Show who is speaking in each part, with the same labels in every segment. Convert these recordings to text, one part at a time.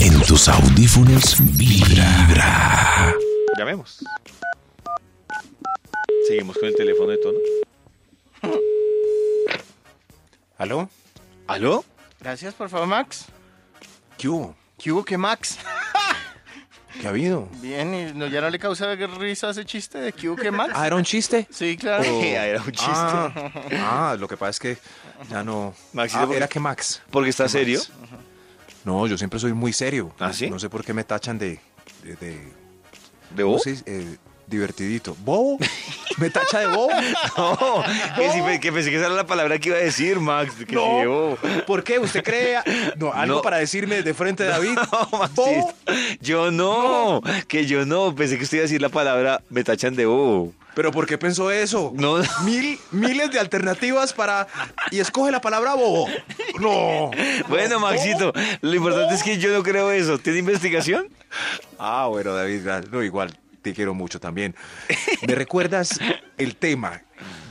Speaker 1: En tus audífonos vibra.
Speaker 2: Llamemos. Seguimos con el teléfono de tono.
Speaker 3: ¿Aló?
Speaker 2: ¿Aló?
Speaker 4: Gracias, por favor, Max.
Speaker 3: ¿Qué hubo?
Speaker 4: ¿Qué hubo que Max?
Speaker 3: ¿Qué ha habido?
Speaker 4: Bien, y no, ya no le causa risa ese chiste de ¿qué hubo que Max?
Speaker 3: ¿Ah, era un chiste?
Speaker 4: Sí, claro.
Speaker 3: Oh.
Speaker 2: era un chiste.
Speaker 3: Ah, ah, lo que pasa es que ya no.
Speaker 2: Max, ¿y
Speaker 3: Ah,
Speaker 2: por qué?
Speaker 3: era que Max.
Speaker 2: ¿Porque está serio?
Speaker 3: No, yo siempre soy muy serio.
Speaker 2: ¿Ah, sí?
Speaker 3: No sé por qué me tachan de. de, de-
Speaker 2: ¿De
Speaker 3: ¿cómo
Speaker 2: vos?
Speaker 3: se dice? Eh, divertidito. ¿Bobo? ¿Me tacha de bobo?
Speaker 2: No, que, si pe- que pensé que esa era la palabra que iba a decir, Max. Que
Speaker 3: No.
Speaker 2: se llevó.
Speaker 3: ¿Por qué? ¿Usted cree? No, algo
Speaker 2: No.
Speaker 3: para decirme de frente, David.
Speaker 2: No, Maxito.
Speaker 3: ¿Bobo?
Speaker 2: Yo no, que yo no. Pensé que usted iba a decir la palabra me tachan de bobo.
Speaker 3: ¿Pero por qué pensó eso?
Speaker 2: No, no.
Speaker 3: Mil, miles de alternativas para. Y escoge la palabra bobo. No.
Speaker 2: Bueno, Maxito, lo importante es que yo no creo eso. ¿Tiene investigación?
Speaker 3: Ah, bueno, David, gra- no, igual, te quiero mucho también. ¿Me recuerdas el tema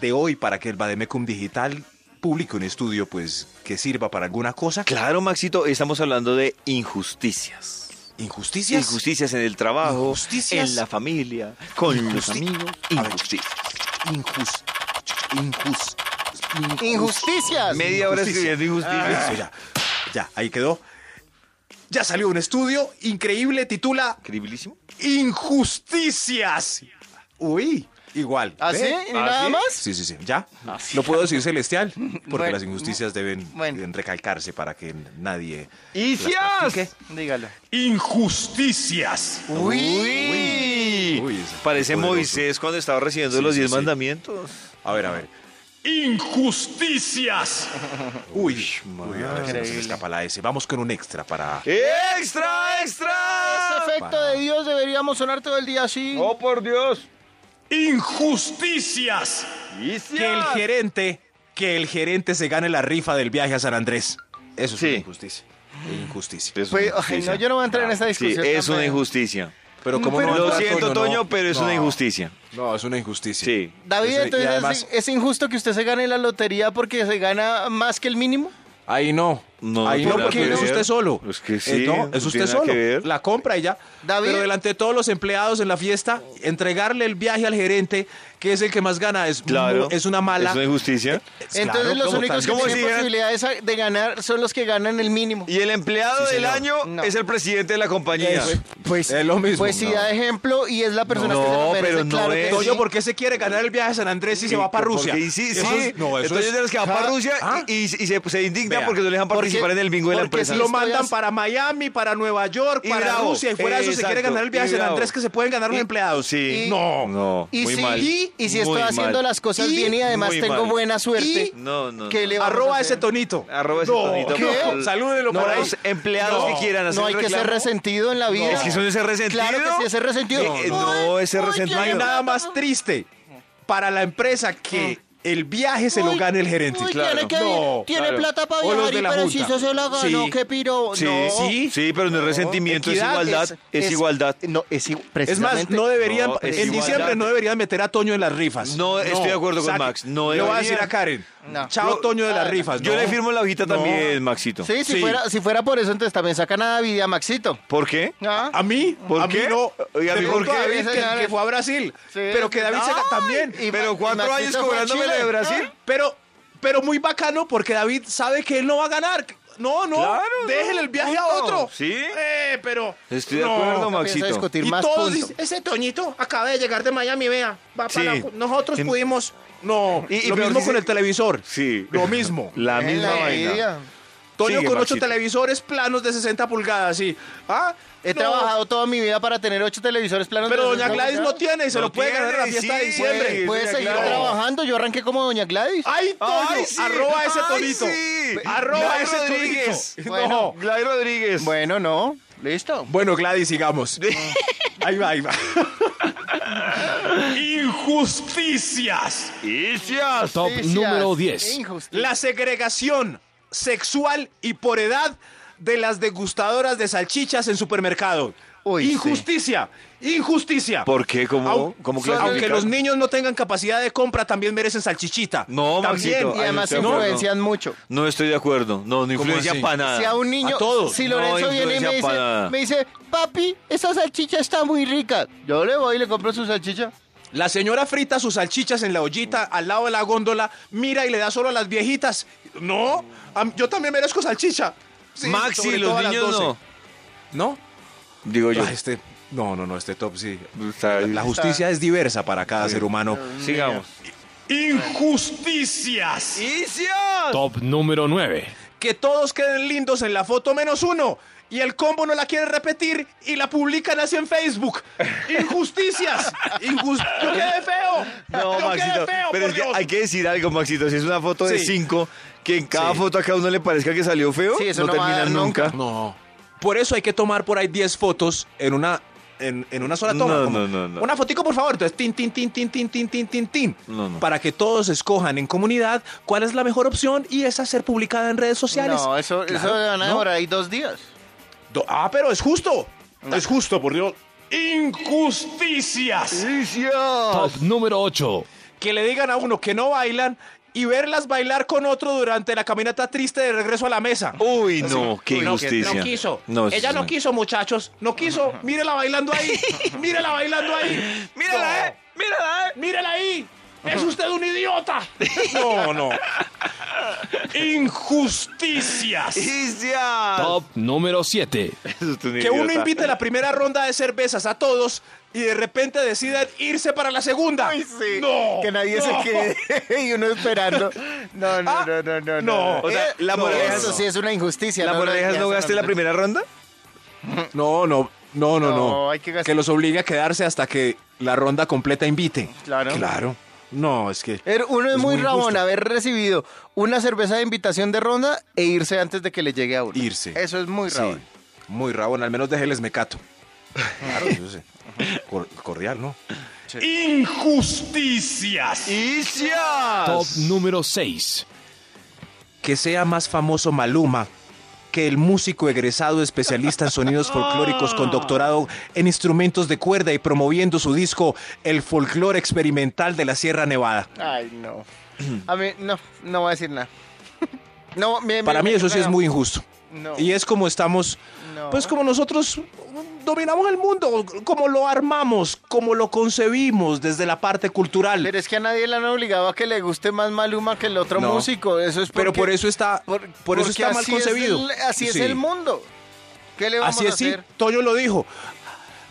Speaker 3: de hoy para que el Bademecum Digital publique un estudio, pues, que sirva para alguna cosa?
Speaker 2: Claro, Maxito, estamos hablando de injusticias.
Speaker 3: ¿Injusticias?
Speaker 2: Injusticias en el trabajo,
Speaker 3: Injusticias.
Speaker 2: en la familia, con los
Speaker 3: Injusti-
Speaker 2: amigos.
Speaker 3: A ver.
Speaker 2: Injusticias.
Speaker 3: Injus... Injus... injus-
Speaker 4: Injusticias.
Speaker 2: Media hora escribiendo injusticias.
Speaker 3: Eso Ah, ya, ya, ahí quedó. Ya salió un estudio increíble, titula
Speaker 2: Increíblísimo.
Speaker 3: Injusticias. Uy, igual.
Speaker 4: ¿Ah,
Speaker 3: ¿ve?
Speaker 4: sí? ¿Y nada
Speaker 2: ¿Eh? sí?
Speaker 4: más?
Speaker 3: Sí, sí, sí. ¿Ya? No puedo decir celestial, porque
Speaker 4: Bueno,
Speaker 3: las injusticias deben,
Speaker 4: bueno.
Speaker 3: deben recalcarse para que nadie...
Speaker 2: ¡Icias!
Speaker 4: Dígalo.
Speaker 3: ¡Injusticias!
Speaker 2: Uy.
Speaker 3: Uy, ese
Speaker 2: Parece
Speaker 3: es poderoso.
Speaker 2: Moisés cuando estaba recibiendo
Speaker 3: Sí,
Speaker 2: los
Speaker 3: sí,
Speaker 2: diez
Speaker 3: sí.
Speaker 2: mandamientos.
Speaker 3: A ver, a ver. ¡Injusticias! Uy, uy, a ver si no se me
Speaker 4: Increíble.
Speaker 3: escapa la S. Vamos con un extra para...
Speaker 2: ¡Eh! ¡Extra, extra!
Speaker 4: Ese efecto de Dios deberíamos sonar todo el día así.
Speaker 2: ¡Oh, por Dios!
Speaker 3: ¡Injusticias! Que el gerente, que el gerente se gane la rifa del viaje a San Andrés. Eso es
Speaker 2: Sí.
Speaker 3: una injusticia. Injusticia.
Speaker 2: Es
Speaker 4: Pues,
Speaker 2: una
Speaker 4: ay, no,
Speaker 2: injusticia.
Speaker 4: yo no voy a entrar en esta
Speaker 2: Sí,
Speaker 4: discusión.
Speaker 2: es una
Speaker 4: también.
Speaker 2: injusticia.
Speaker 3: Pero como
Speaker 4: Pero-
Speaker 3: no
Speaker 2: Mm, Lo
Speaker 3: entra
Speaker 2: siento,
Speaker 3: no.
Speaker 2: Toño, pero es
Speaker 3: No.
Speaker 2: una injusticia.
Speaker 3: No, es una injusticia.
Speaker 2: Sí.
Speaker 4: David,
Speaker 3: Eso- y
Speaker 4: entonces eh,
Speaker 3: además-
Speaker 4: ¿es injusto que usted se gane la lotería porque se gana más que el mínimo?
Speaker 3: Ahí no.
Speaker 2: No,
Speaker 3: Ahí
Speaker 2: no
Speaker 3: no,
Speaker 2: tiene
Speaker 3: porque
Speaker 2: nada que
Speaker 3: es
Speaker 2: ver.
Speaker 3: usted solo.
Speaker 2: Es que sí,
Speaker 3: Eh, no,
Speaker 2: no
Speaker 3: es usted
Speaker 2: tiene nada que
Speaker 3: solo.
Speaker 2: ver.
Speaker 3: La compra y ya.
Speaker 4: David.
Speaker 3: Pero delante de todos los empleados en la fiesta, entregarle el viaje al gerente, que es el que más gana, es,
Speaker 2: Claro.
Speaker 3: mu- es una mala. Eh,
Speaker 2: Es una injusticia.
Speaker 3: Es
Speaker 4: Entonces
Speaker 3: claro,
Speaker 4: los
Speaker 3: ¿cómo
Speaker 4: únicos
Speaker 3: tan-
Speaker 4: que
Speaker 2: Pues ¿Cómo
Speaker 4: tienen
Speaker 2: si era-
Speaker 4: posibilidades a- de ganar son los que ganan el mínimo.
Speaker 2: Y el empleado del año
Speaker 4: No.
Speaker 2: es el presidente de la compañía.
Speaker 3: Eso.
Speaker 4: Pues,
Speaker 3: Es lo mismo.
Speaker 4: Pues sí,
Speaker 3: No.
Speaker 4: da ejemplo y es la persona
Speaker 2: No,
Speaker 4: que se lo merece.
Speaker 2: pero no
Speaker 4: claro que
Speaker 2: es.
Speaker 4: sí.
Speaker 3: Toño, ¿por qué se quiere ganar el viaje a San Andrés y se va para Rusia?
Speaker 2: Porque, sí, sí.
Speaker 3: Eso es- no, eso
Speaker 2: Entonces
Speaker 3: es-
Speaker 2: de los que va para Rusia
Speaker 3: Ah.
Speaker 2: y, y se, se indigna
Speaker 3: Vea.
Speaker 2: porque no le dejan
Speaker 4: Porque-
Speaker 2: participar en el bingo de la
Speaker 4: porque
Speaker 2: empresa.
Speaker 4: sí
Speaker 3: Lo
Speaker 4: estoy
Speaker 3: mandan
Speaker 4: as-
Speaker 3: para Miami, para Nueva York,
Speaker 2: Y
Speaker 3: para
Speaker 2: bravo.
Speaker 3: Rusia, y fuera de eso se
Speaker 2: Exacto.
Speaker 3: quiere ganar el viaje
Speaker 2: Y
Speaker 3: a San
Speaker 2: bravo.
Speaker 3: Andrés que se pueden ganar los
Speaker 2: Y-
Speaker 3: empleados.
Speaker 2: Sí.
Speaker 4: Y-
Speaker 3: No.
Speaker 2: No.
Speaker 4: Y
Speaker 2: muy
Speaker 4: si,
Speaker 2: mal.
Speaker 4: y, y si estoy
Speaker 2: Muy
Speaker 4: haciendo
Speaker 2: mal.
Speaker 4: las cosas
Speaker 3: Y-
Speaker 4: bien y además
Speaker 2: muy
Speaker 4: tengo
Speaker 2: mal.
Speaker 4: buena
Speaker 3: Y-
Speaker 4: suerte.
Speaker 2: No, no.
Speaker 4: ¿Qué
Speaker 2: no.
Speaker 4: le vamos a
Speaker 3: Arroba
Speaker 4: hacer?
Speaker 3: ese tonito.
Speaker 2: Arroba ese
Speaker 3: No,
Speaker 2: tonito.
Speaker 3: ¿qué?
Speaker 2: Por-
Speaker 3: Salúdenlo
Speaker 2: No,
Speaker 3: por ahí.
Speaker 2: los empleados
Speaker 3: No.
Speaker 2: que quieran hacer
Speaker 4: No hay que ser
Speaker 2: reclamo.
Speaker 4: resentido en la vida.
Speaker 2: Es que son ese resentido.
Speaker 4: Claro que sí, ese resentido.
Speaker 2: Eh, eh, no, ese resentido.
Speaker 3: No hay nada más triste para la empresa que el viaje se lo
Speaker 4: Uy,
Speaker 3: gane el gerente.
Speaker 4: uy,
Speaker 2: claro.
Speaker 4: Tiene, que-
Speaker 3: No,
Speaker 4: tiene
Speaker 2: claro.
Speaker 4: plata para
Speaker 3: O los
Speaker 4: viajar
Speaker 3: de
Speaker 4: y
Speaker 3: la
Speaker 4: pero si
Speaker 3: Junta.
Speaker 4: eso se la ganó,
Speaker 3: Sí.
Speaker 4: qué piro.
Speaker 2: Sí,
Speaker 4: no.
Speaker 2: sí, sí, pero no es resentimiento, es
Speaker 3: Equidad
Speaker 2: igualdad.
Speaker 4: Es-
Speaker 2: Es,
Speaker 4: es-
Speaker 2: igualdad.
Speaker 4: No, es i-
Speaker 3: Es más,
Speaker 4: precisamente-
Speaker 3: no deberían,
Speaker 2: No, es
Speaker 3: en
Speaker 2: igualdad.
Speaker 3: diciembre no deberían meter a Toño en las rifas.
Speaker 2: No, estoy de acuerdo con
Speaker 3: saque.
Speaker 2: Max, no
Speaker 3: Le voy a
Speaker 2: deberían.
Speaker 3: decir a Karen,
Speaker 4: No.
Speaker 3: chao
Speaker 2: Yo-
Speaker 3: Toño de las
Speaker 4: Ah,
Speaker 3: rifas.
Speaker 2: Yo
Speaker 3: No.
Speaker 2: le firmo la hojita
Speaker 3: No.
Speaker 2: también, Maxito.
Speaker 4: Sí, si,
Speaker 3: Sí.
Speaker 4: Fuera, si fuera por eso, entonces también sacan a David y a Maxito.
Speaker 2: ¿Por qué?
Speaker 4: Ah.
Speaker 3: ¿A mí?
Speaker 2: ¿Por
Speaker 3: a
Speaker 2: qué?
Speaker 3: Mí no.
Speaker 2: Oye, ¿a
Speaker 3: Te
Speaker 2: mí
Speaker 3: cuento
Speaker 2: por qué?
Speaker 3: a David que, que fue a Brasil.
Speaker 4: Sí.
Speaker 3: Pero que David se
Speaker 4: Ay,
Speaker 3: también.
Speaker 4: y-
Speaker 2: Pero
Speaker 4: y
Speaker 2: cuatro
Speaker 4: Maxito
Speaker 2: años
Speaker 4: fue a
Speaker 2: cobrándome
Speaker 4: Chile.
Speaker 2: de Brasil.
Speaker 3: Pero, pero muy bacano porque David sabe que él no va a ganar. No, no.
Speaker 2: Claro,
Speaker 3: déjele
Speaker 2: no,
Speaker 3: el viaje a
Speaker 2: punto.
Speaker 3: otro.
Speaker 2: Sí.
Speaker 3: Eh, pero.
Speaker 2: Estoy de
Speaker 3: no.
Speaker 2: acuerdo,
Speaker 4: No pienso
Speaker 2: Maxito.
Speaker 4: discutir
Speaker 3: Y
Speaker 4: más
Speaker 3: todos
Speaker 4: punto.
Speaker 3: dicen, ese Toñito acaba de llegar de Miami, vea. Va
Speaker 2: Sí.
Speaker 3: para la- nosotros
Speaker 2: Sí.
Speaker 3: pudimos. No.
Speaker 2: Y- y
Speaker 3: lo
Speaker 2: peor
Speaker 3: mismo
Speaker 2: dice-
Speaker 3: con el televisor.
Speaker 2: Sí.
Speaker 3: Lo mismo.
Speaker 2: La
Speaker 4: En
Speaker 2: misma
Speaker 4: la
Speaker 2: vaina.
Speaker 4: vida.
Speaker 3: Toño
Speaker 2: Sigue,
Speaker 3: con ocho
Speaker 2: Maxito.
Speaker 3: televisores planos de 60 pulgadas, sí. Ah,
Speaker 4: He
Speaker 3: no.
Speaker 4: trabajado toda mi vida para tener ocho televisores planos.
Speaker 3: Pero
Speaker 4: de
Speaker 3: doña
Speaker 4: esos,
Speaker 3: Gladys no tiene y se
Speaker 2: No
Speaker 3: lo puede ganar en la
Speaker 2: tiene,
Speaker 3: fiesta de
Speaker 2: sí,
Speaker 3: diciembre.
Speaker 2: tiene.
Speaker 4: Puedes seguir
Speaker 2: Claro.
Speaker 4: trabajando. Yo arranqué como doña Gladys.
Speaker 3: ¡Ay, Toño!
Speaker 2: ¡Ay, sí!
Speaker 3: Arroba ese
Speaker 2: ¡Ay,
Speaker 3: torito.
Speaker 2: sí!
Speaker 3: Arroba
Speaker 2: Gladys
Speaker 3: ese
Speaker 2: Rodríguez.
Speaker 3: torito.
Speaker 4: Bueno.
Speaker 3: No.
Speaker 2: Gladys Rodríguez.
Speaker 4: Bueno, no. Listo.
Speaker 3: Bueno, Gladys, sigamos. ahí va, ahí va. Injusticias.
Speaker 2: Icias.
Speaker 5: Top
Speaker 4: Noticias
Speaker 5: número 10.
Speaker 4: injusticias.
Speaker 3: La segregación sexual y por edad de las degustadoras de salchichas en supermercado.
Speaker 2: Uy, sí.
Speaker 3: injusticia, injusticia.
Speaker 2: ¿Por qué? ¿Cómo,
Speaker 3: Au-
Speaker 2: cómo
Speaker 4: Son-
Speaker 2: clasificar?
Speaker 3: Aunque los niños no tengan capacidad de compra, también merecen salchichita.
Speaker 2: No,
Speaker 3: también.
Speaker 2: Maxito,
Speaker 4: Y
Speaker 2: Ay,
Speaker 4: además
Speaker 2: no
Speaker 4: se
Speaker 2: estoy de
Speaker 4: influencian mucho.
Speaker 2: No estoy de acuerdo. No, no influencia
Speaker 3: así?
Speaker 2: para nada.
Speaker 4: Si a un niño,
Speaker 3: a todos.
Speaker 4: si
Speaker 2: No
Speaker 4: Lorenzo viene y
Speaker 2: influencia
Speaker 4: me dice,
Speaker 2: para nada.
Speaker 4: me dice, papi, esa salchicha está muy rica. Yo le voy y le compro su salchicha.
Speaker 3: La señora frita sus salchichas en la ollita al lado de la góndola, mira y le da solo a las viejitas. No, a mí- yo también merezco salchicha. Sí,
Speaker 2: Maxi,
Speaker 3: sobre todo
Speaker 2: los
Speaker 3: a las
Speaker 2: niños
Speaker 3: 12.
Speaker 2: no.
Speaker 3: ¿No?
Speaker 2: Digo yo.
Speaker 3: Ah, este, no, no, no, este top sí.
Speaker 2: Está bien.
Speaker 3: La justicia es diversa para cada ser humano.
Speaker 2: Sigamos.
Speaker 3: Injusticias.
Speaker 5: Top número 9.
Speaker 3: Que todos queden lindos en la foto menos uno. Y el combo no la quiere repetir y la publican así en Facebook. Injusticias. Injust... Yo quedé feo.
Speaker 2: No,
Speaker 3: Yo
Speaker 2: Maxito.
Speaker 3: quedé feo,
Speaker 2: Pero
Speaker 3: por
Speaker 2: es que
Speaker 3: Dios.
Speaker 2: hay que decir algo, Maxito. Si es una foto de
Speaker 3: Sí.
Speaker 2: cinco, que en cada
Speaker 3: Sí.
Speaker 2: foto a cada uno le parezca que salió feo,
Speaker 4: Sí, eso
Speaker 2: no,
Speaker 4: no va a
Speaker 2: termina
Speaker 4: dar
Speaker 2: nunca.
Speaker 3: No. Por eso hay que tomar por ahí 10 fotos en una, en, en una sola toma.
Speaker 2: No,
Speaker 3: como,
Speaker 2: no, no, no.
Speaker 3: Una fotico, por favor. Entonces, tin, tin, tin, tin, tin, tin, tin, tin, tin.
Speaker 2: No, no.
Speaker 3: Para que todos escojan en comunidad cuál es la mejor opción y esa ser publicada en redes sociales.
Speaker 4: No, eso,
Speaker 3: Claro,
Speaker 4: eso le van a
Speaker 3: ¿no?
Speaker 4: demorar ahí dos días.
Speaker 3: Do- Ah, pero es justo. Es justo, por Dios. Injusticias.
Speaker 5: Top número 8.
Speaker 3: Que le digan a uno que no bailan y verlas bailar con otro durante la caminata triste de regreso a la mesa.
Speaker 2: Uy, no, qué
Speaker 3: No, que-
Speaker 2: injusticia.
Speaker 3: No quiso.
Speaker 2: No,
Speaker 3: Ella
Speaker 2: sí,
Speaker 3: no quiso, muchachos. No quiso. Mírela bailando ahí. Mírela bailando ahí. No.
Speaker 4: eh.
Speaker 2: ¡Mírala,
Speaker 3: ¡Mírela ahí! ¡Es usted un idiota! No, no. Injusticias.
Speaker 2: ¡Justicia!
Speaker 5: Top número 7.
Speaker 3: Que uno invite la primera ronda de cervezas a todos y de repente decidan irse para la segunda. ¡No!
Speaker 4: Que nadie
Speaker 3: no.
Speaker 4: se quede y uno esperando. No, no,
Speaker 3: Ah,
Speaker 4: no, no, no.
Speaker 3: no. O sea,
Speaker 2: la moraleja
Speaker 4: Eh, Eso
Speaker 2: no.
Speaker 4: sí es una injusticia.
Speaker 2: ¿La moralejas no gaste la primera ronda?
Speaker 3: No, no, no, no, no.
Speaker 4: No, hay que gastar.
Speaker 3: los obligue a quedarse hasta que la ronda completa invite.
Speaker 4: Claro.
Speaker 3: Claro. No, es que.
Speaker 4: Er- Uno es,
Speaker 3: Es
Speaker 4: muy,
Speaker 3: muy
Speaker 4: rabón
Speaker 3: injusto.
Speaker 4: haber recibido una cerveza de invitación de ronda e irse antes de que le llegue a uno.
Speaker 3: Irse.
Speaker 4: Eso es muy
Speaker 3: Sí,
Speaker 4: rabón.
Speaker 3: muy rabón, al menos déjeles mecato. Claro, yo sé. Cor- cordial, ¿no? Injusticias.
Speaker 5: Top número 6.
Speaker 3: Que sea más famoso Maluma que el músico egresado especialista en sonidos folclóricos con doctorado en instrumentos de cuerda y promoviendo su disco El folclore experimental de la Sierra Nevada.
Speaker 4: Ay, no. A mí, no, no voy a decir nada. No, me- me-
Speaker 3: Para mí
Speaker 4: me-
Speaker 3: eso sí es
Speaker 4: no.
Speaker 3: muy injusto.
Speaker 4: No.
Speaker 3: Y es como estamos,
Speaker 4: No.
Speaker 3: pues como nosotros dominamos el mundo, como lo armamos, como lo concebimos desde la parte cultural.
Speaker 4: Pero es que a nadie le han obligado a que le guste más Maluma que el otro
Speaker 3: No.
Speaker 4: músico. Eso es
Speaker 3: Pero
Speaker 4: porque-
Speaker 3: por eso está, por, eso
Speaker 4: porque
Speaker 3: está mal
Speaker 4: así
Speaker 3: concebido.
Speaker 4: Es el- así
Speaker 3: Sí.
Speaker 4: es el mundo. ¿Qué le vamos
Speaker 3: Así
Speaker 4: a
Speaker 3: es, sí,
Speaker 4: hacer?
Speaker 3: Toño lo dijo.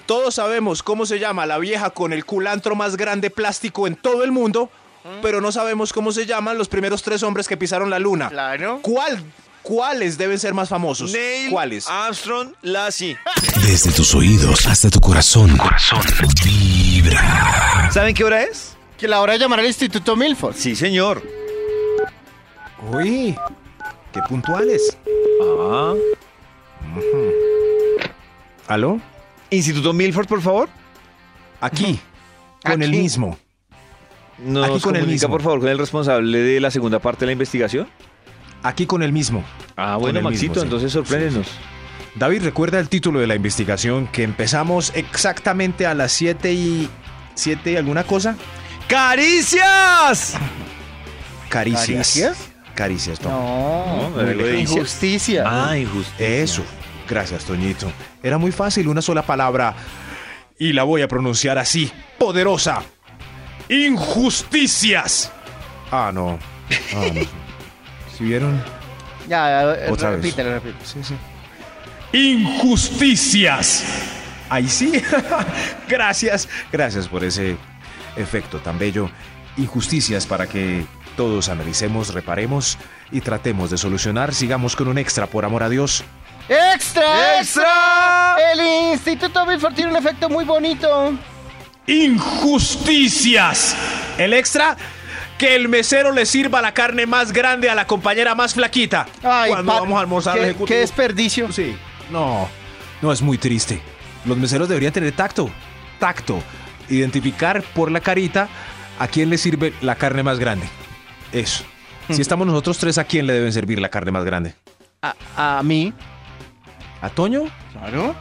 Speaker 3: Todos sabemos cómo se llama la vieja con el culantro más grande plástico en todo el mundo, pero no sabemos cómo se llaman los primeros tres hombres que pisaron la luna.
Speaker 4: Claro.
Speaker 3: ¿Cuál, ¿Cuáles deben ser más famosos?
Speaker 2: Neil
Speaker 3: ¿Cuáles?
Speaker 2: Armstrong Lassie.
Speaker 1: Desde tus oídos hasta tu corazón. Corazón. Vibra.
Speaker 2: ¿Saben qué hora es?
Speaker 4: Que la hora de llamar al Instituto Milford.
Speaker 2: Sí, señor.
Speaker 3: Uy, qué puntuales.
Speaker 2: Ah.
Speaker 3: ¿Aló?
Speaker 2: Instituto Milford, por favor.
Speaker 3: Aquí, con el
Speaker 4: Aquí.
Speaker 3: mismo.
Speaker 2: Nos
Speaker 3: Aquí con el
Speaker 2: comunica,
Speaker 3: mismo.
Speaker 2: por favor, con el responsable de la segunda parte de la investigación.
Speaker 3: Aquí con el mismo.
Speaker 2: Ah,
Speaker 3: Con
Speaker 2: bueno,
Speaker 3: el mismo,
Speaker 2: Maxito,
Speaker 3: sí.
Speaker 2: entonces sorpréndenos.
Speaker 3: David, recuerda el título de la investigación que empezamos exactamente a las 7 y... 7 y alguna cosa.
Speaker 2: ¡Caricias!
Speaker 3: Caricias.
Speaker 4: ¿Caricias?
Speaker 3: Caricias, Tom.
Speaker 4: No.
Speaker 2: No, algo de injusticia.
Speaker 4: Injusticia.
Speaker 2: Ah, injusticia.
Speaker 3: Eso. Gracias, Toñito. Era muy fácil, una sola palabra. Y la voy a pronunciar así. Poderosa. Injusticias. Ah, no. Ah, no. ¿Sí vieron?
Speaker 4: Ya, ya,
Speaker 3: Otra vez.
Speaker 4: repítelo, repítelo.
Speaker 3: Sí, sí. Injusticias. Ahí sí. Gracias. Gracias por ese efecto tan bello. Injusticias para que todos analicemos, reparemos y tratemos de solucionar. Sigamos con un extra, por amor a Dios.
Speaker 4: ¡Extra! El Instituto Milford tiene un efecto muy bonito.
Speaker 3: Injusticias. El extra, que el mesero le sirva la carne más grande a la compañera más flaquita.
Speaker 4: Ay,
Speaker 3: Cuando
Speaker 4: pa-
Speaker 3: vamos a almorzar al
Speaker 4: qué,
Speaker 3: ejecutivo.
Speaker 4: qué desperdicio.
Speaker 3: Sí. No, no es muy triste. Los meseros deberían tener tacto. Tacto. Identificar por la carita a quién le sirve la carne más grande. Eso. Si estamos nosotros tres, ¿a quién le deben servir la carne más grande?
Speaker 4: A, a mí.
Speaker 3: ¿A Toño?
Speaker 4: Claro.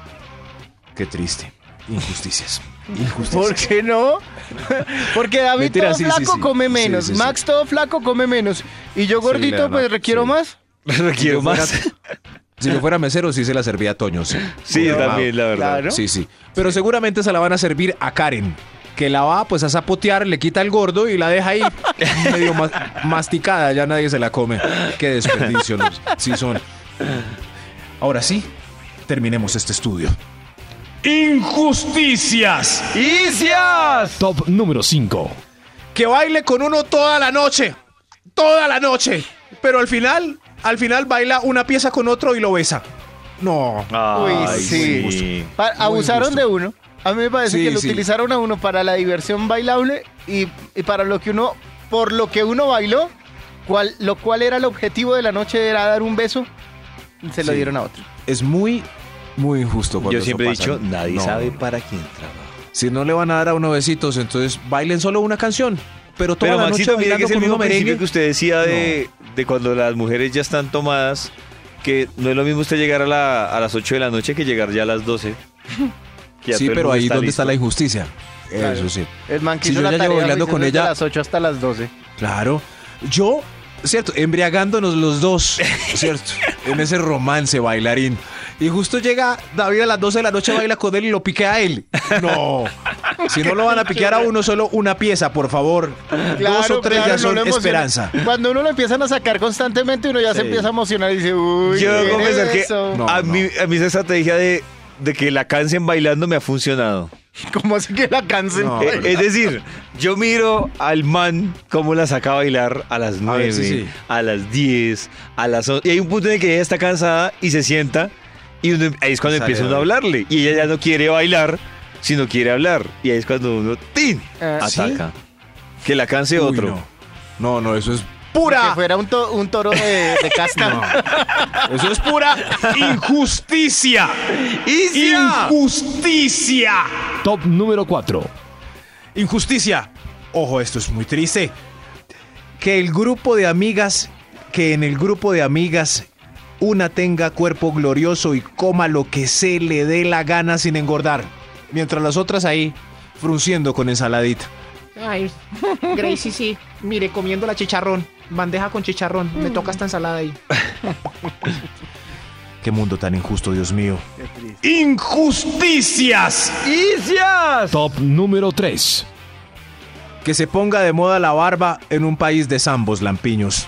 Speaker 3: Qué triste. Injusticias.
Speaker 4: ¿Por
Speaker 3: Injusticias.
Speaker 4: qué no? Porque David
Speaker 3: Mentira,
Speaker 4: todo
Speaker 3: sí, sí,
Speaker 4: flaco
Speaker 3: sí.
Speaker 4: come
Speaker 3: Sí,
Speaker 4: menos,
Speaker 3: sí, sí.
Speaker 4: Max todo flaco come menos y yo gordito
Speaker 3: la verdad,
Speaker 4: pues requiero
Speaker 3: sí.
Speaker 4: más.
Speaker 2: Requiero más.
Speaker 3: Si yo fuera mesero, sí se la servía a Toño. Sí,
Speaker 2: Sí,
Speaker 3: Muy
Speaker 2: también, la verdad.
Speaker 4: Claro.
Speaker 3: Sí, sí. Pero seguramente se la van a servir a Karen, que la va pues a zapotear, le quita el gordo y la deja ahí medio mas- masticada, ya nadie se la come. Qué desperdicio, los- sí son. Ahora sí, terminemos este estudio.
Speaker 5: Injusticias. Top número 5.
Speaker 3: Que baile con uno toda la noche, toda la noche, pero al final, al final baila una pieza con otro y lo besa. No.
Speaker 4: Uy, sí. Pa- abusaron
Speaker 3: injusto.
Speaker 4: de uno. A mí me parece
Speaker 3: Sí,
Speaker 4: que lo
Speaker 3: sí.
Speaker 4: utilizaron a uno para la diversión bailable y, y para lo que uno, por lo que uno bailó, cual, lo cual era el objetivo de la noche, era dar un beso, y se lo
Speaker 3: Sí.
Speaker 4: dieron a otro.
Speaker 3: Es muy, muy injusto. cuando
Speaker 2: Yo
Speaker 3: eso
Speaker 2: siempre he
Speaker 3: pasa.
Speaker 2: dicho, nadie
Speaker 3: No.
Speaker 2: sabe para quién trabaja.
Speaker 3: Si no le van a dar a uno besitos, entonces bailen solo una canción. Pero toda
Speaker 2: Pero
Speaker 3: la noche
Speaker 2: Maxito, mira que
Speaker 3: bailando
Speaker 2: es el
Speaker 3: con
Speaker 2: mismo
Speaker 3: uno
Speaker 2: principio
Speaker 3: merengue.
Speaker 2: que usted decía de, de cuando las mujeres ya están tomadas, que no es lo mismo usted llegar a, la- a las 8 de la noche que llegar ya a las 12. Que ya
Speaker 3: Sí,
Speaker 2: todo el
Speaker 3: pero
Speaker 2: mundo
Speaker 3: ahí donde
Speaker 2: listo.
Speaker 3: está la injusticia. Eso sí.
Speaker 4: El man que
Speaker 3: Si
Speaker 4: hizo
Speaker 3: yo
Speaker 4: la
Speaker 3: ya llevo
Speaker 4: tarea lo
Speaker 3: bailando
Speaker 4: hizo
Speaker 3: con
Speaker 4: desde
Speaker 3: ella-
Speaker 4: las 8 hasta las 12.
Speaker 3: Claro. Yo, cierto, embriagándonos los dos, cierto, en ese romance bailarín. Y justo llega David a las 12 de la noche, baila con él y lo piquea a él. No. Si no lo van a piquear a uno, solo una pieza, por favor. dos
Speaker 4: Claro,
Speaker 3: o tres
Speaker 4: claro,
Speaker 3: ya
Speaker 4: no
Speaker 3: son
Speaker 4: lo emociona.
Speaker 3: esperanza.
Speaker 4: Cuando uno lo empiezan a sacar constantemente, uno ya
Speaker 3: Sí.
Speaker 4: se empieza a emocionar y dice, uy,
Speaker 2: Yo debo
Speaker 4: ¿qué
Speaker 2: confesar que
Speaker 4: eso?
Speaker 3: No,
Speaker 2: a,
Speaker 3: no.
Speaker 2: Mí, a mí esa estrategia de, de que la cansen bailando me ha funcionado.
Speaker 4: ¿Cómo así que la cansen?
Speaker 3: No.
Speaker 2: Eh, es decir, yo miro al man cómo la saca a bailar a las 9, a,
Speaker 3: ver, sí, sí.
Speaker 2: las 10, a las 11. Y hay un punto en el que ella está cansada y se sienta. Y uno- ahí es cuando
Speaker 3: Sale
Speaker 2: empieza uno
Speaker 3: de
Speaker 2: a
Speaker 3: ahí.
Speaker 2: hablarle. Y ella ya no quiere bailar, sino quiere hablar. Y ahí es cuando uno ¡tin!
Speaker 4: Ah, ¿sí?
Speaker 2: ataca. Que la canse
Speaker 3: Uy,
Speaker 2: otro.
Speaker 3: no. no, no, eso es
Speaker 4: Que
Speaker 3: pura.
Speaker 4: fuera un, to- un toro de, de casta.
Speaker 3: Eso es pura injusticia. Injusticia.
Speaker 5: Top número 4.
Speaker 3: Injusticia. Ojo, esto es muy triste. Que el grupo de amigas, que en el grupo de amigas una tenga cuerpo glorioso y coma lo que se le dé la gana sin engordar, mientras las otras ahí frunciendo con ensaladita.
Speaker 6: Ay, Gracie sí. Mire, comiendo la chicharrón. Bandeja con chicharrón. Me toca esta ensalada ahí.
Speaker 3: Qué mundo tan injusto, Dios mío. Injusticias.
Speaker 5: Top número 3.
Speaker 3: Que se ponga de moda la barba en un país de zambos lampiños.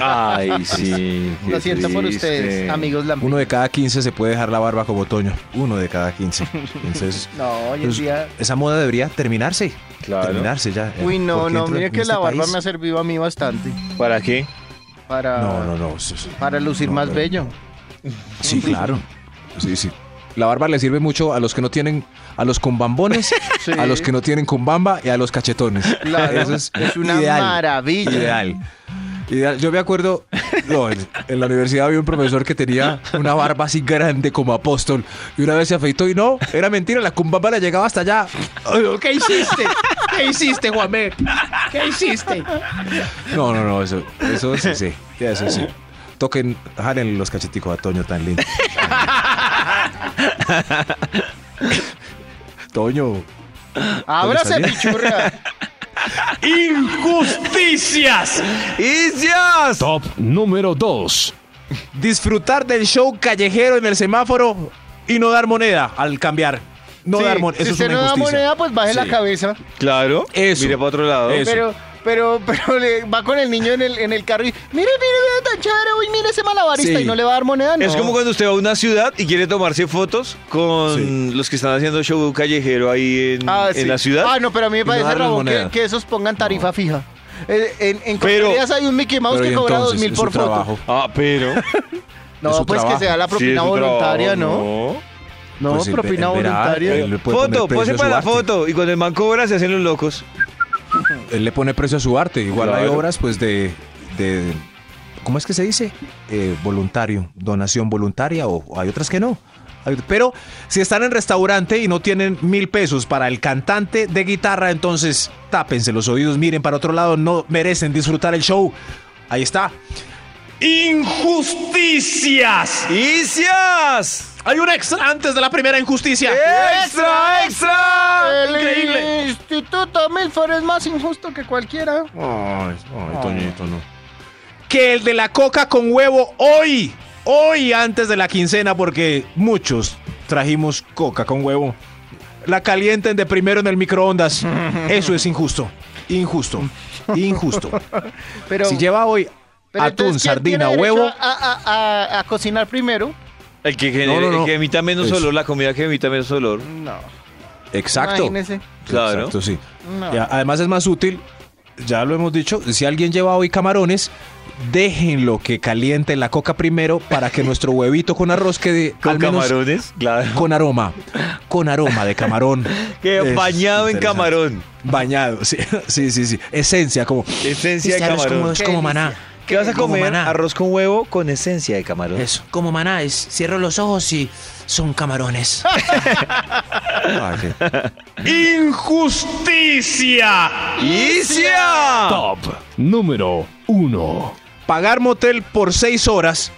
Speaker 3: Ah.
Speaker 2: Ay, sí. qué
Speaker 4: Lo siento por
Speaker 2: triste.
Speaker 4: ustedes, amigos lampiños.
Speaker 3: Uno de cada 15 se puede dejar la barba como Toño. Uno de cada 15. Entonces,
Speaker 4: No, hoy en
Speaker 3: pues,
Speaker 4: día...
Speaker 3: esa moda debería terminarse. Terminarse ya. eh,
Speaker 4: Uy, no,
Speaker 3: porque
Speaker 4: no,
Speaker 3: entra
Speaker 4: mire
Speaker 3: en
Speaker 4: que
Speaker 3: este
Speaker 4: la barba
Speaker 3: país-
Speaker 4: me ha servido a mí bastante
Speaker 2: ¿Para qué?
Speaker 4: para,
Speaker 3: No, no, no. sí, sí.
Speaker 4: para lucir
Speaker 3: No,
Speaker 4: más
Speaker 3: pero-
Speaker 4: bello.
Speaker 3: Sí, claro. Sí, sí. La barba le sirve mucho a los que no tienen, a los con bambones,
Speaker 4: Sí.
Speaker 3: a los que no tienen con bamba y a los cachetones.
Speaker 4: Claro,
Speaker 3: Eso
Speaker 4: es, una
Speaker 3: ideal.
Speaker 4: maravilla.
Speaker 3: Ideal. Ideal. Yo me acuerdo, no, en, en la universidad había un profesor que tenía una barba así grande como apóstol. Y una vez se afeitó y no, era mentira, la cumbamba le llegaba hasta allá.
Speaker 6: ¿Qué hiciste? ¿Qué hiciste, Juanmer? ¿Qué hiciste?
Speaker 3: No, no, no, eso, eso sí, sí. Ya, eso sí. Toquen, jalen los cacheticos a Toño tan lindo. Toño.
Speaker 4: Ábrase,
Speaker 3: ¿Dónde
Speaker 4: pichurra.
Speaker 2: ¡Isias!
Speaker 5: Top número 2.
Speaker 3: Disfrutar del show callejero en el semáforo y no dar moneda al cambiar. No
Speaker 4: Sí,
Speaker 3: dar moneda.
Speaker 4: si
Speaker 3: Eso
Speaker 4: usted
Speaker 3: es una
Speaker 4: no da
Speaker 3: injusticia.
Speaker 4: moneda, pues baje la
Speaker 3: Sí.
Speaker 4: cabeza.
Speaker 2: Claro.
Speaker 3: Eso.
Speaker 2: Mire para otro lado.
Speaker 3: Eso.
Speaker 4: Pero, pero, pero le va con el niño en el, en el carro y mire, mire, mire tan chévere, uy, mire ese malabarista
Speaker 3: Sí.
Speaker 4: y no le va a dar moneda. No.
Speaker 2: Es como cuando usted va a una ciudad y quiere tomarse fotos con
Speaker 3: Sí.
Speaker 2: los que están haciendo show callejero ahí en,
Speaker 4: Ah,
Speaker 2: en
Speaker 4: sí.
Speaker 2: la ciudad.
Speaker 4: Ah, no, pero a mí me
Speaker 3: Y no
Speaker 4: parece
Speaker 3: darle
Speaker 4: Rabón, que,
Speaker 3: moneda.
Speaker 4: que esos pongan tarifa fija. Eh, En, en
Speaker 2: Pero-
Speaker 4: cafeterías hay un Mickey Mouse
Speaker 3: Pero
Speaker 4: que
Speaker 3: y
Speaker 4: cobra
Speaker 3: entonces,
Speaker 4: dos mil
Speaker 3: es
Speaker 4: por
Speaker 3: su
Speaker 4: foto.
Speaker 3: trabajo.
Speaker 2: Ah, pero.
Speaker 4: No,
Speaker 3: Es su
Speaker 4: pues
Speaker 3: trabajo.
Speaker 4: que se da la
Speaker 2: Sí, es
Speaker 4: propina
Speaker 2: un
Speaker 4: voluntaria, ¿no?
Speaker 2: trabajo,
Speaker 4: No,
Speaker 3: Pues él ve-
Speaker 4: propina
Speaker 3: él verá,
Speaker 4: voluntaria.
Speaker 3: él le puede
Speaker 2: Foto,
Speaker 3: poner
Speaker 2: pose
Speaker 3: precio a
Speaker 2: para
Speaker 3: su
Speaker 2: la
Speaker 3: arte.
Speaker 2: foto. Y cuando el man cobra, se hacen los locos.
Speaker 3: Él le pone precio a su arte. Igual hay
Speaker 2: Claro.
Speaker 3: obras, pues, de, de- ¿Cómo es que se dice? Eh, voluntario, donación voluntaria, o, o hay otras que no. Hay- Pero si están en restaurante y no tienen mil pesos para el cantante de guitarra, entonces tápense los oídos, miren para otro lado, no merecen disfrutar el show. Ahí está. Injusticias.
Speaker 2: ¡Icias!
Speaker 3: Hay un extra antes de la primera injusticia.
Speaker 4: ¡Eh!
Speaker 2: ¡Extra, extra!
Speaker 4: El
Speaker 3: Increíble.
Speaker 4: Instituto Milford es más injusto que cualquiera.
Speaker 7: Ay, ay, Toñito, no.
Speaker 3: Que el de la coca con huevo hoy. Hoy antes de la quincena porque muchos trajimos coca con huevo. La calienten de primero en el microondas. Eso es injusto. Injusto. Injusto.
Speaker 4: Pero,
Speaker 3: si lleva hoy
Speaker 4: pero
Speaker 3: atún,
Speaker 4: entonces, ¿quién tiene
Speaker 3: sardina,
Speaker 4: derecho
Speaker 3: huevo,
Speaker 4: A, a- a- a cocinar primero.
Speaker 2: El que, genere-
Speaker 3: no,
Speaker 2: el
Speaker 3: no.
Speaker 2: que emita menos
Speaker 3: Eso.
Speaker 2: olor, la comida que emita menos olor.
Speaker 4: No.
Speaker 3: Exacto.
Speaker 4: Imagínese.
Speaker 2: Claro.
Speaker 3: Exacto, sí.
Speaker 4: No.
Speaker 3: Y a- además es más útil, ya lo hemos dicho, si alguien lleva hoy camarones, déjenlo que caliente la coca primero para que nuestro huevito con arroz quede
Speaker 2: Con
Speaker 3: al menos
Speaker 2: camarones, claro.
Speaker 3: con aroma, con aroma de camarón.
Speaker 2: Que
Speaker 3: Es
Speaker 2: bañado en
Speaker 3: interesante.
Speaker 2: camarón.
Speaker 3: Bañado, sí, sí, sí, sí. Esencia, como...
Speaker 2: Esencia de
Speaker 3: Este arroz
Speaker 2: camarón.
Speaker 3: como- es como maná.
Speaker 2: ¿Qué vas a
Speaker 3: Como
Speaker 2: comer?
Speaker 3: maná.
Speaker 2: Arroz con huevo con esencia de camarón.
Speaker 3: Eso, como maná, es, cierro los ojos y son camarones.
Speaker 8: Injusticia.
Speaker 2: ¡Inicia!
Speaker 8: Top número 1.
Speaker 3: Pagar motel por seis horas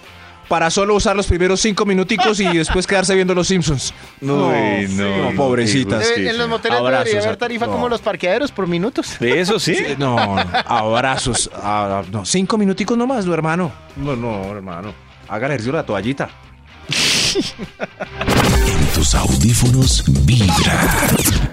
Speaker 3: para solo usar los primeros cinco minuticos y después quedarse viendo Los Simpsons.
Speaker 2: Uy, no,
Speaker 3: No, pobrecitas.
Speaker 4: Debe- en los moteles
Speaker 3: Abrazos
Speaker 4: debería
Speaker 3: a-
Speaker 4: haber tarifa
Speaker 3: no.
Speaker 4: como los parqueaderos por minutos.
Speaker 2: ¿De eso sí?
Speaker 3: Sí, No, no, abrazos. ah, no, cinco minuticos nomás, no, hermano.
Speaker 7: No, no, hermano. Haga el ejercicio de la toallita.
Speaker 9: En tus audífonos vibra.